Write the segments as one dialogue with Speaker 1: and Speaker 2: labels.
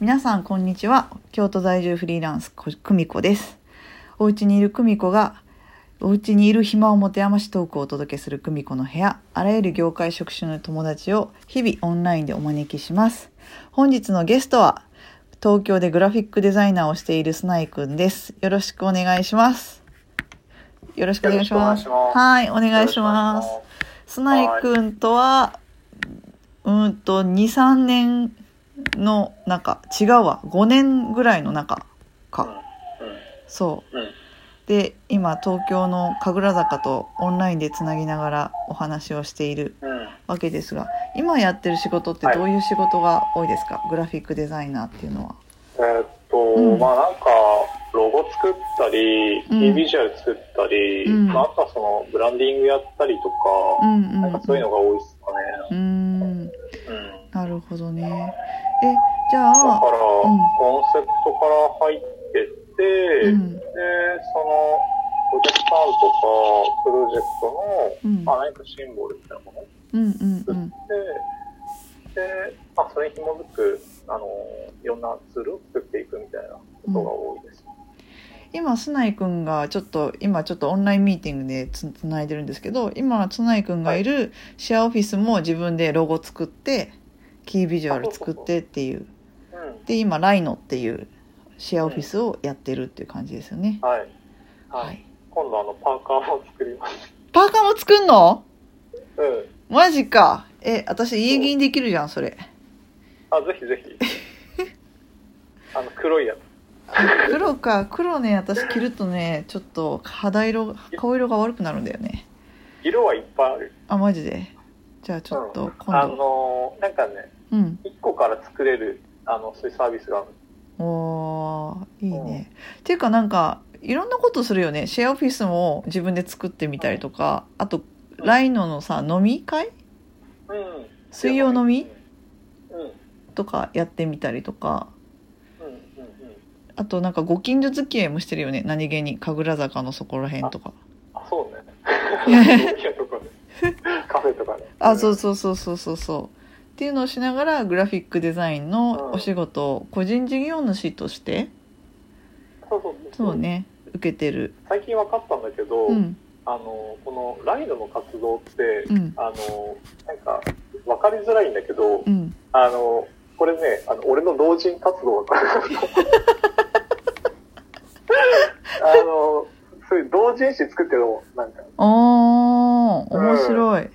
Speaker 1: 皆さんこんにちは京都在住フリーランスこ久美子ですお家にいる久美子がお家にいる暇を持て余しトークをお届けする久美子の部屋あらゆる業界職種の友達を日々オンラインでお招きします本日のゲストは東京でグラフィックデザイナーをしているスナイくんですよろしくお願いしますよろしくお願いします
Speaker 2: よろしくお
Speaker 1: はいお願いしますスナイくんとは、うーんと、2、3年の中、違うわ、5年ぐらいの中か。そ
Speaker 2: うんうんうん
Speaker 1: う。で、今、東京の神楽坂とオンラインでつなぎながらお話をしている
Speaker 2: うん
Speaker 1: わけですが、今やってる仕事って
Speaker 2: はい
Speaker 1: どういう仕事が多いですか、グラフィックデザイナーっていうのは。
Speaker 2: えーっと、
Speaker 1: うん
Speaker 2: まあなんかロゴ作ったり、
Speaker 1: うん
Speaker 2: イビジュアル作ったり、
Speaker 1: うん
Speaker 2: まあ、あとはそのブランディングやったりとか、
Speaker 1: うんう
Speaker 2: なん
Speaker 1: ん。
Speaker 2: かそういうのが多いですか
Speaker 1: うーん。
Speaker 2: ね。うん
Speaker 1: なるほどね。え、じゃ
Speaker 2: だか
Speaker 1: あ、
Speaker 2: ら、
Speaker 1: うん
Speaker 2: コンセプトから入ってって、
Speaker 1: うん
Speaker 2: で、そのお客さんとかプロジェクト
Speaker 1: う
Speaker 2: の、
Speaker 1: ん
Speaker 2: まあ、何かシンボルみたいなもの
Speaker 1: うんうんうん。
Speaker 2: で、で、まあ、それに紐づく、あの、いろんなツールを作っていくみたいなことが多いです。
Speaker 1: 今スナイくんがちょっと今ちょっとオンラインミーティングでつつないでるんですけど今スナイくんがいるシェアオフィスも自分でロゴ作ってキービジュアル作ってっていう
Speaker 2: うん。
Speaker 1: で今ライノっていうシェアオフィスをやってるっていう感じですよね、
Speaker 2: はい。
Speaker 1: は
Speaker 2: はい。
Speaker 1: い、
Speaker 2: 今度、あの、パーカーを作ります。
Speaker 1: パーカーも作んの
Speaker 2: うん。
Speaker 1: マジかえ私家着にできるじゃんそれ
Speaker 2: あ、ぜ ひぜひ。あの、黒いやつ。
Speaker 1: 黒か黒ね私着るとねちょっと肌色顔色が悪くなるんだよね
Speaker 2: 色はいっぱいある。
Speaker 1: あマジでじゃあちょっと
Speaker 2: うん、あ
Speaker 1: 今度
Speaker 2: の、なんかね、
Speaker 1: うん
Speaker 2: 一個から作れる、あの、そういうサービスがある。
Speaker 1: おーいいね。っていうかなんかいろんなことするよねシェアオフィスも自分で作ってみたりとかあと
Speaker 2: うん
Speaker 1: ライノのさ飲み会
Speaker 2: うん。
Speaker 1: 水曜飲み
Speaker 2: うん。うん。
Speaker 1: とかやってみたりとか
Speaker 2: うん。うん。
Speaker 1: あとなんかご近所付き合いもしてるよね何気に神楽坂のそこら辺とか
Speaker 2: あ、そうね。 大きなとこね カフェとかね。
Speaker 1: あそうそうそうそうそうそうっていうのをしながらグラフィックデザイン
Speaker 2: う
Speaker 1: の
Speaker 2: ん
Speaker 1: お仕事を個人事業主として
Speaker 2: そうそう
Speaker 1: そうね受けてる
Speaker 2: 最近分かったんだけど、
Speaker 1: うん
Speaker 2: あのこのライドの活動って、
Speaker 1: うん
Speaker 2: あのなんか分かりづらいんだけど、
Speaker 1: うん
Speaker 2: あのこれねあの俺の同人活動だから あのそういう同人誌作ってるのなんか
Speaker 1: おー面白い、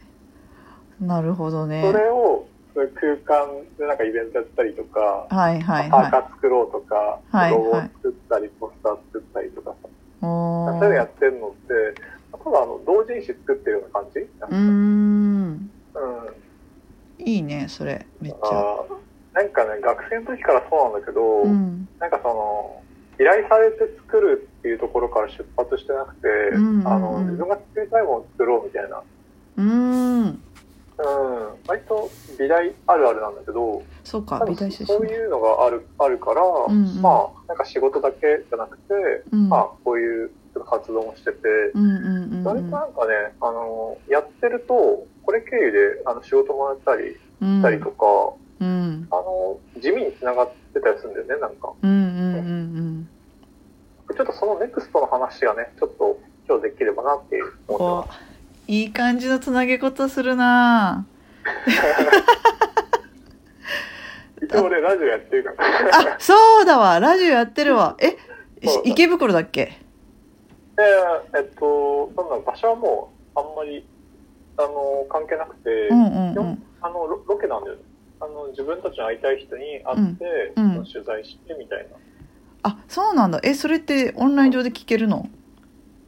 Speaker 1: なるほどね
Speaker 2: それを、そういう空間でなんかイベントやったりとか、
Speaker 1: はいはい
Speaker 2: パーカ
Speaker 1: は
Speaker 2: ー作ろうとか、
Speaker 1: はい
Speaker 2: ロゴを
Speaker 1: はい
Speaker 2: 作ったり、ポスター作ったりとかさ、
Speaker 1: い。お
Speaker 2: そういうのや
Speaker 1: ー
Speaker 2: ってるのってただあの同人誌作ってるような感じなん
Speaker 1: う
Speaker 2: か
Speaker 1: ーん。
Speaker 2: うん
Speaker 1: いいね、それ。めっちゃ。
Speaker 2: あーなんかね学生の時からそうなんだけど、
Speaker 1: うん。
Speaker 2: なんかその依頼されて作るっていうところから出発してなくて、
Speaker 1: うんうんうん
Speaker 2: あの自分が作りたいものを作ろうみたいな、
Speaker 1: うーん。
Speaker 2: うん、割と美大あるあるなんだけど
Speaker 1: そう
Speaker 2: 多
Speaker 1: か、美
Speaker 2: 分
Speaker 1: 大出
Speaker 2: そう
Speaker 1: 身。
Speaker 2: いうのがあるあるから、
Speaker 1: んうん
Speaker 2: まあなんか仕事だけじゃなくて、
Speaker 1: うん。
Speaker 2: まあこういうちょっと活動もしてて、
Speaker 1: うんうんうん
Speaker 2: それとなんかねあのやってるとこれ経由であの仕事もらったりし
Speaker 1: うん。
Speaker 2: たりとか、
Speaker 1: うん。
Speaker 2: あの地味に繋がってたりするんだよねなんか。
Speaker 1: うんうんうんうん。
Speaker 2: ちょっとそのネクストの話がね、ちょっと今日できればなっていう思っ
Speaker 1: お
Speaker 2: てま
Speaker 1: いい感じのつなげ方する な
Speaker 2: す。一応俺ラジオやってるから。
Speaker 1: ぁあ、そうだわラジオやってるわ。え、し池袋だっけ
Speaker 2: で、えっと、なんだろう場所はもうあんまり、あの、関係なくて、
Speaker 1: うんうん
Speaker 2: 基
Speaker 1: う
Speaker 2: 本
Speaker 1: ん。
Speaker 2: あのロ、ロケなんだよね。あの、自分たちの会いたい人に会って、
Speaker 1: うんうん
Speaker 2: その取材してみたい
Speaker 1: あ、そうなんだ。え、それってオンライン上で聞けるの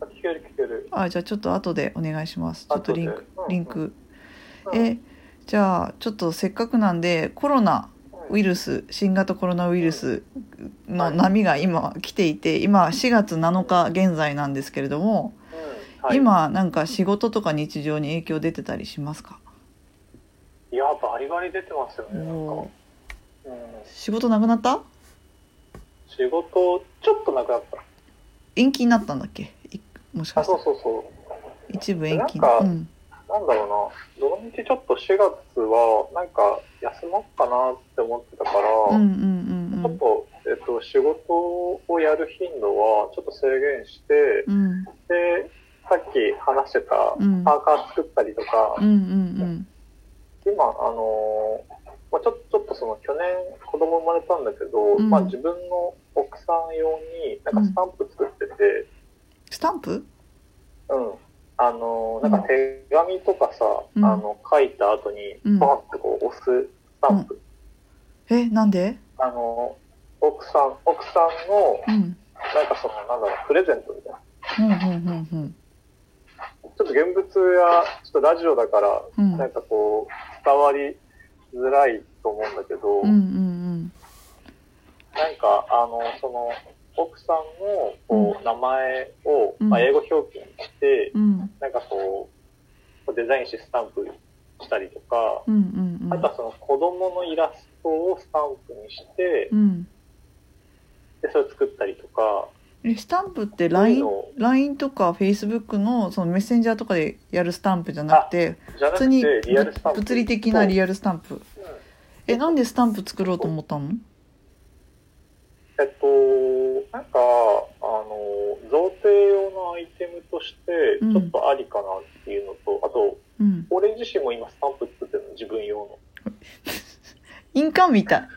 Speaker 2: な。聞ける聞ける。
Speaker 1: あ、じゃあちょっと後でお願いします。ちょっとリンク、
Speaker 2: 後で
Speaker 1: リンク。
Speaker 2: うん、
Speaker 1: えじゃあちょっとせっかくなんでコロナ
Speaker 2: うん、
Speaker 1: ウイルス新型コロナウイルスの波が今来ていて今4月7日現在なんですけれども、
Speaker 2: うんはい、
Speaker 1: 今なんか仕事とか日常に影響出てたりしますか、
Speaker 2: いや、バリバリ出てますよね、なん
Speaker 1: おー
Speaker 2: か。うん、
Speaker 1: 仕事なくなった
Speaker 2: 仕事、ちょっとなくなっ。
Speaker 1: 延期になったんだっけいもしたか
Speaker 2: あ、
Speaker 1: して
Speaker 2: そうそうそう。
Speaker 1: 一部延期に
Speaker 2: なんか
Speaker 1: うん
Speaker 2: なんだろうな、どのみちちょっと4月は、なんか休もうかなって思ってたか
Speaker 1: う
Speaker 2: ら、
Speaker 1: んうん
Speaker 2: ち
Speaker 1: う
Speaker 2: ょっ
Speaker 1: ん
Speaker 2: と、仕事をやる頻度はちょっと制限して、
Speaker 1: うん
Speaker 2: で、さっき話してた
Speaker 1: うん
Speaker 2: パーカー作ったりとか、
Speaker 1: うんうん
Speaker 2: 今、あのーまあ、ちょちょっとその去年子供生まれたんだけど、
Speaker 1: うん
Speaker 2: まあ、自分の奥さん用になんかスタンプ作ってて、
Speaker 1: スタンプ
Speaker 2: うんあのーなんか手紙とかさ、
Speaker 1: うん
Speaker 2: あの書いた後に
Speaker 1: うん
Speaker 2: パーッとこう押すスタンプ、
Speaker 1: えなんで
Speaker 2: あのー奥さん奥さんの
Speaker 1: うん
Speaker 2: なんかそのなんだろうプレゼントみたいな
Speaker 1: うんうんうん
Speaker 2: ちょっと現物がちょっとラジオだから
Speaker 1: うん
Speaker 2: なんかこう伝わりづらいと思うんだけど、
Speaker 1: うんうんうん
Speaker 2: なんか、あの、その、奥さんのこう名前を、
Speaker 1: うん
Speaker 2: まあ、英語表記にして、
Speaker 1: うん
Speaker 2: なんかこう、こうデザインしてスタンプしたりとか、
Speaker 1: うんうんうん
Speaker 2: あとはその子供のイラストをスタンプにして
Speaker 1: う、ん
Speaker 2: で、それを作ったりとか、
Speaker 1: えスタンプって
Speaker 2: そう
Speaker 1: LINE
Speaker 2: いうのを
Speaker 1: LINE とか Facebook のそのメッセンジャーとかでやるスタンプじゃなくて
Speaker 2: じゃな
Speaker 1: 普
Speaker 2: く
Speaker 1: 通に
Speaker 2: てリアルスタンプ。
Speaker 1: 物理的なリ
Speaker 2: ア
Speaker 1: アルスタンプ
Speaker 2: ル。
Speaker 1: えなんでスタンプ作ろうと思ったの
Speaker 2: えっと、なんか、あの、贈呈用のアイテムとして、
Speaker 1: うん
Speaker 2: ちょっとありかなっていうのと、あと、
Speaker 1: うん
Speaker 2: 俺自身も今スタンプ作ってるの、自分用の。
Speaker 1: 印鑑みたい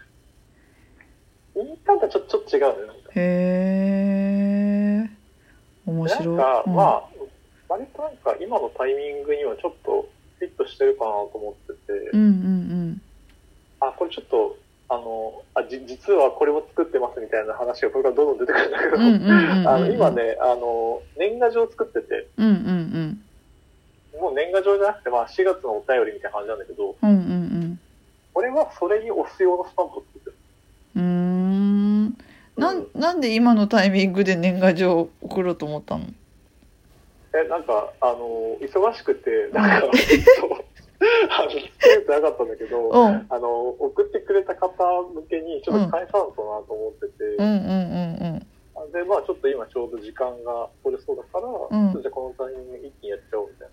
Speaker 2: インターンとはちょちょっと違うね。なんか
Speaker 1: へえ面
Speaker 2: なん
Speaker 1: 白い
Speaker 2: か、
Speaker 1: うん
Speaker 2: まあ、割となんか今のタイミングにはちょっとフィットしてるかなと思ってて、
Speaker 1: うんうん
Speaker 2: あ、これちょっと、あの、あじ実はこれも作ってますみたいな話がこれからどんどん出てくるんだけど、
Speaker 1: うんうんうんうんうん
Speaker 2: あの今ね、あの、年賀状作ってて、
Speaker 1: うんうんうん
Speaker 2: もう年賀状じゃなくて、まあ4月のお便りみたいな感じなんだけど、
Speaker 1: うんうん
Speaker 2: 俺はそれに押す用のスタンプを作ってる。
Speaker 1: うんうーんなんなんで今のタイミングで年賀状を送ろうと思ったの
Speaker 2: え、なんか、あの、忙しくて、なん か、そうあの、作れてなかったんだけど、
Speaker 1: うん
Speaker 2: あの、送ってくれた方向けに、ちょっと返さんとなと思ってて、
Speaker 1: うんうんうん
Speaker 2: で、まあちょっと今ちょうど時間が取れそうだから、
Speaker 1: ん
Speaker 2: ちょっとじゃあこのタイミング一気にやっちゃおうみたいな。
Speaker 1: うん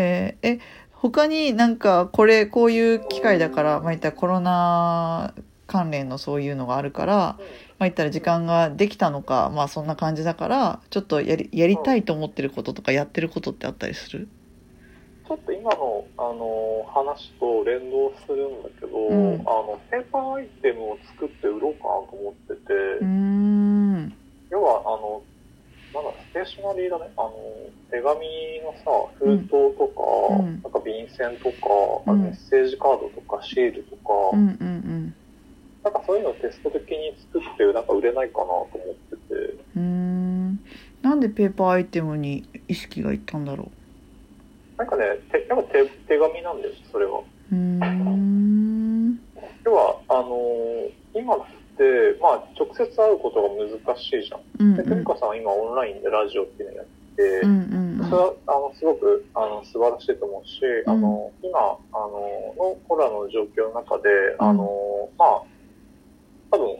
Speaker 1: えーえ他になんかこれこういう機会だからまあ言ったらコロナ関連のそういうのがあるからまあ言ったら時間ができたのかまあそんな感じだからちょっとやりやりたいと思ってることとかやってることってあったりする
Speaker 2: ちょっと今の、あの、話と連動するんだけど、
Speaker 1: ん
Speaker 2: あの、ペーパーアイテムを作って売ろうかなと思ってて、
Speaker 1: うーん
Speaker 2: 要は、あの、なんだろうステーショナリーだね。あの、手紙のさ、封筒とか、
Speaker 1: うんうん
Speaker 2: なんか便箋とか、
Speaker 1: う
Speaker 2: あ
Speaker 1: ん
Speaker 2: メッセージカードとか、シールとか、
Speaker 1: うんうんうん
Speaker 2: なんかそういうのをテスト的に作って、なんか売れないかなと思ってて、
Speaker 1: うーんなんでペーパーアイテムに意識がいったんだろ
Speaker 2: なんかね、てやっぱ手手紙なんです、それは。
Speaker 1: ううーん
Speaker 2: 要は、あのー今って、まあ、直接会うことが難しいじゃん。
Speaker 1: うんうん
Speaker 2: で、久美子さんは今オンラインでラジオっていうのやって、
Speaker 1: うんうん
Speaker 2: それはあのすごくあの素晴らしいと思うし、
Speaker 1: ん
Speaker 2: あの今あののコロナの状況の中で、
Speaker 1: うん
Speaker 2: あのまあ多分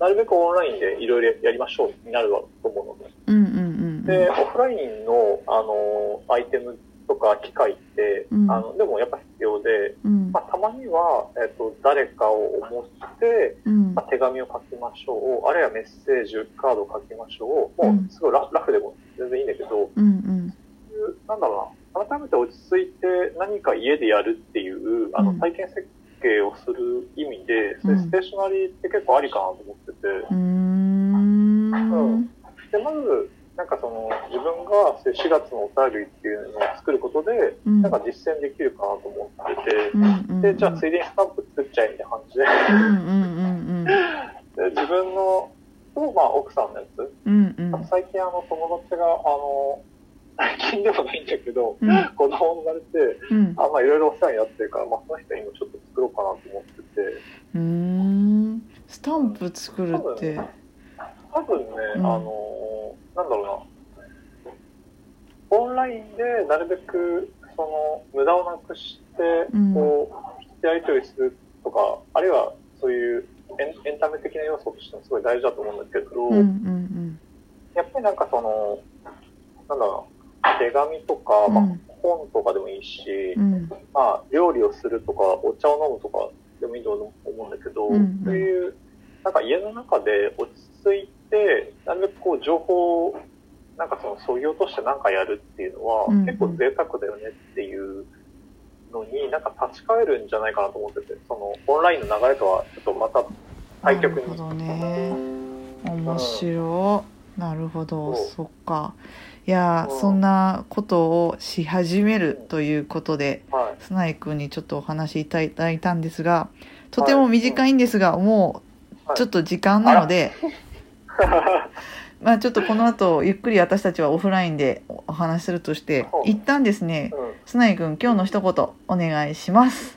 Speaker 2: なるべくオンラインでいろいろやりましょうになるわと思うの
Speaker 1: うんうんうん
Speaker 2: で、でオフラインのあのアイテムとか機械って、
Speaker 1: うん
Speaker 2: あのでもやっぱ必要で、
Speaker 1: うん
Speaker 2: まあ、たまには、えっと誰かを思って、
Speaker 1: うん
Speaker 2: まあ、手紙を書きましょうあるいはメッセージカードを書きましょう
Speaker 1: う
Speaker 2: も
Speaker 1: ん
Speaker 2: うすごいラフラフでも全然いいんだけど、
Speaker 1: うんうん
Speaker 2: なんだろうな、改めて落ち着いて何か家でやるっていう、あ
Speaker 1: う
Speaker 2: の、
Speaker 1: ん
Speaker 2: 体験設計をする意味で、そうれ
Speaker 1: ん
Speaker 2: ステーショナリーって結構ありかなと思ってて、
Speaker 1: うーんうん
Speaker 2: で、まず、なんかその、自分がそういう4月のお便りっていうのを作ることで、
Speaker 1: うん
Speaker 2: なんか実践できるかなと思ってて、
Speaker 1: うん
Speaker 2: で、じゃあついでにスタンプ作っちゃえみたいな感じで、
Speaker 1: うんうんうん
Speaker 2: で自分の、と、まあ、奥さんのやつ、
Speaker 1: うんうん
Speaker 2: 最近あの、友達が、あの、最近でもないんだけど、
Speaker 1: うん
Speaker 2: 子供生まれて、
Speaker 1: うん
Speaker 2: あまあいろいろお世話になってるから、まあ、その人にもちょっと作ろうかなと思ってて、
Speaker 1: うーんスタンプ作るって
Speaker 2: 多分ね、
Speaker 1: うん
Speaker 2: あのー、なんだろうな、オンラインでなるべく、その、無駄をなくして
Speaker 1: うん、
Speaker 2: こう、やり取りするとか、あるいはそういうエンエンタメ的な要素としてもすごい大事だと思うんだけど、
Speaker 1: うんうん
Speaker 2: やっぱりなんかその、なんだろうな、手紙とか、
Speaker 1: うん
Speaker 2: まあ、本とかでもいいし、
Speaker 1: うんうん
Speaker 2: まあ、料理をするとか、お茶を飲むとかでもいいと思うんだけど、
Speaker 1: うんうん
Speaker 2: そういう、なんか家の中で落ち着いて、なるべくこう情報を、なんかその、そぎ落としてなんかやるっていうのは、
Speaker 1: うん
Speaker 2: 結構贅沢だよねっていうのに、なんか立ち返るんじゃないかなと思ってて、その、オンラインの流れとはちょっとまた対
Speaker 1: な
Speaker 2: 局
Speaker 1: るほ
Speaker 2: に。
Speaker 1: どね面白いなるほど
Speaker 2: そう
Speaker 1: そっかいやー
Speaker 2: うん
Speaker 1: そんなことをし始めるということで
Speaker 2: はい。
Speaker 1: スナイ君にちょっとお話しいただいたんですがとても短いんですが、もうちょっと時間なので、 まあちょっとこの後ゆっくり私たちはオフラインでお話しするとして
Speaker 2: そう
Speaker 1: 一旦ですね
Speaker 2: うん。
Speaker 1: スナイ君今日の一言お願いします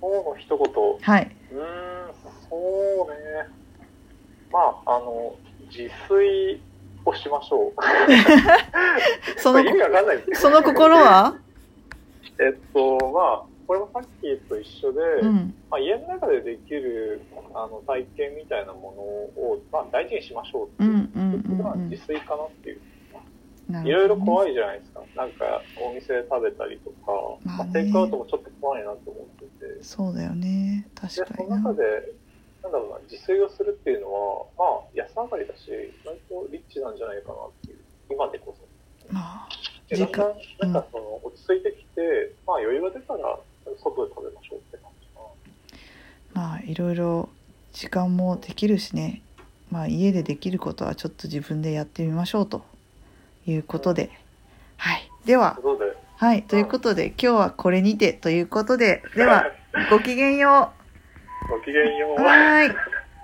Speaker 2: 今日の一言、
Speaker 1: はいう
Speaker 2: ーん、そうね。まあ、あの、自炊をしましょ う。
Speaker 1: その
Speaker 2: 意味わかんないですけど
Speaker 1: その心 は
Speaker 2: えっと、まあ、これもさっきと一緒で、
Speaker 1: うん
Speaker 2: まあ、家の中でできるあの体験みたいなものを、まあ、大事にしましょうって
Speaker 1: うん
Speaker 2: いうう。
Speaker 1: んうん
Speaker 2: まあ、
Speaker 1: うん
Speaker 2: 自炊かなっていう。
Speaker 1: なるほどね
Speaker 2: いろいろ怖いじゃないですか。なんか、お店で食べたりとか、
Speaker 1: ま
Speaker 2: ま
Speaker 1: あ
Speaker 2: あ、
Speaker 1: ね
Speaker 2: テイクアウトもちょっと怖いなと思ってて。
Speaker 1: そうだよね
Speaker 2: で
Speaker 1: 確か
Speaker 2: そ
Speaker 1: に
Speaker 2: の中
Speaker 1: な
Speaker 2: で、なんだろうな、自炊をするっていうのは、まあ、安上がりだし、割とリッチなんじゃないかなっていう、今でこそ。
Speaker 1: まあ
Speaker 2: で、
Speaker 1: 時
Speaker 2: だんだ
Speaker 1: 間
Speaker 2: ん、なんかその、落ち着いてきて、まあ、余裕が出たら、外で食べましょうって感じかな。
Speaker 1: まあいろいろ時間もできるしねまあ家でできることはちょっと自分でやってみましょうということではいでは
Speaker 2: ということで、
Speaker 1: はいということで今日はこれにてということでではごきげんよ
Speaker 2: ごきげんよ
Speaker 1: う は
Speaker 2: う。
Speaker 1: ーい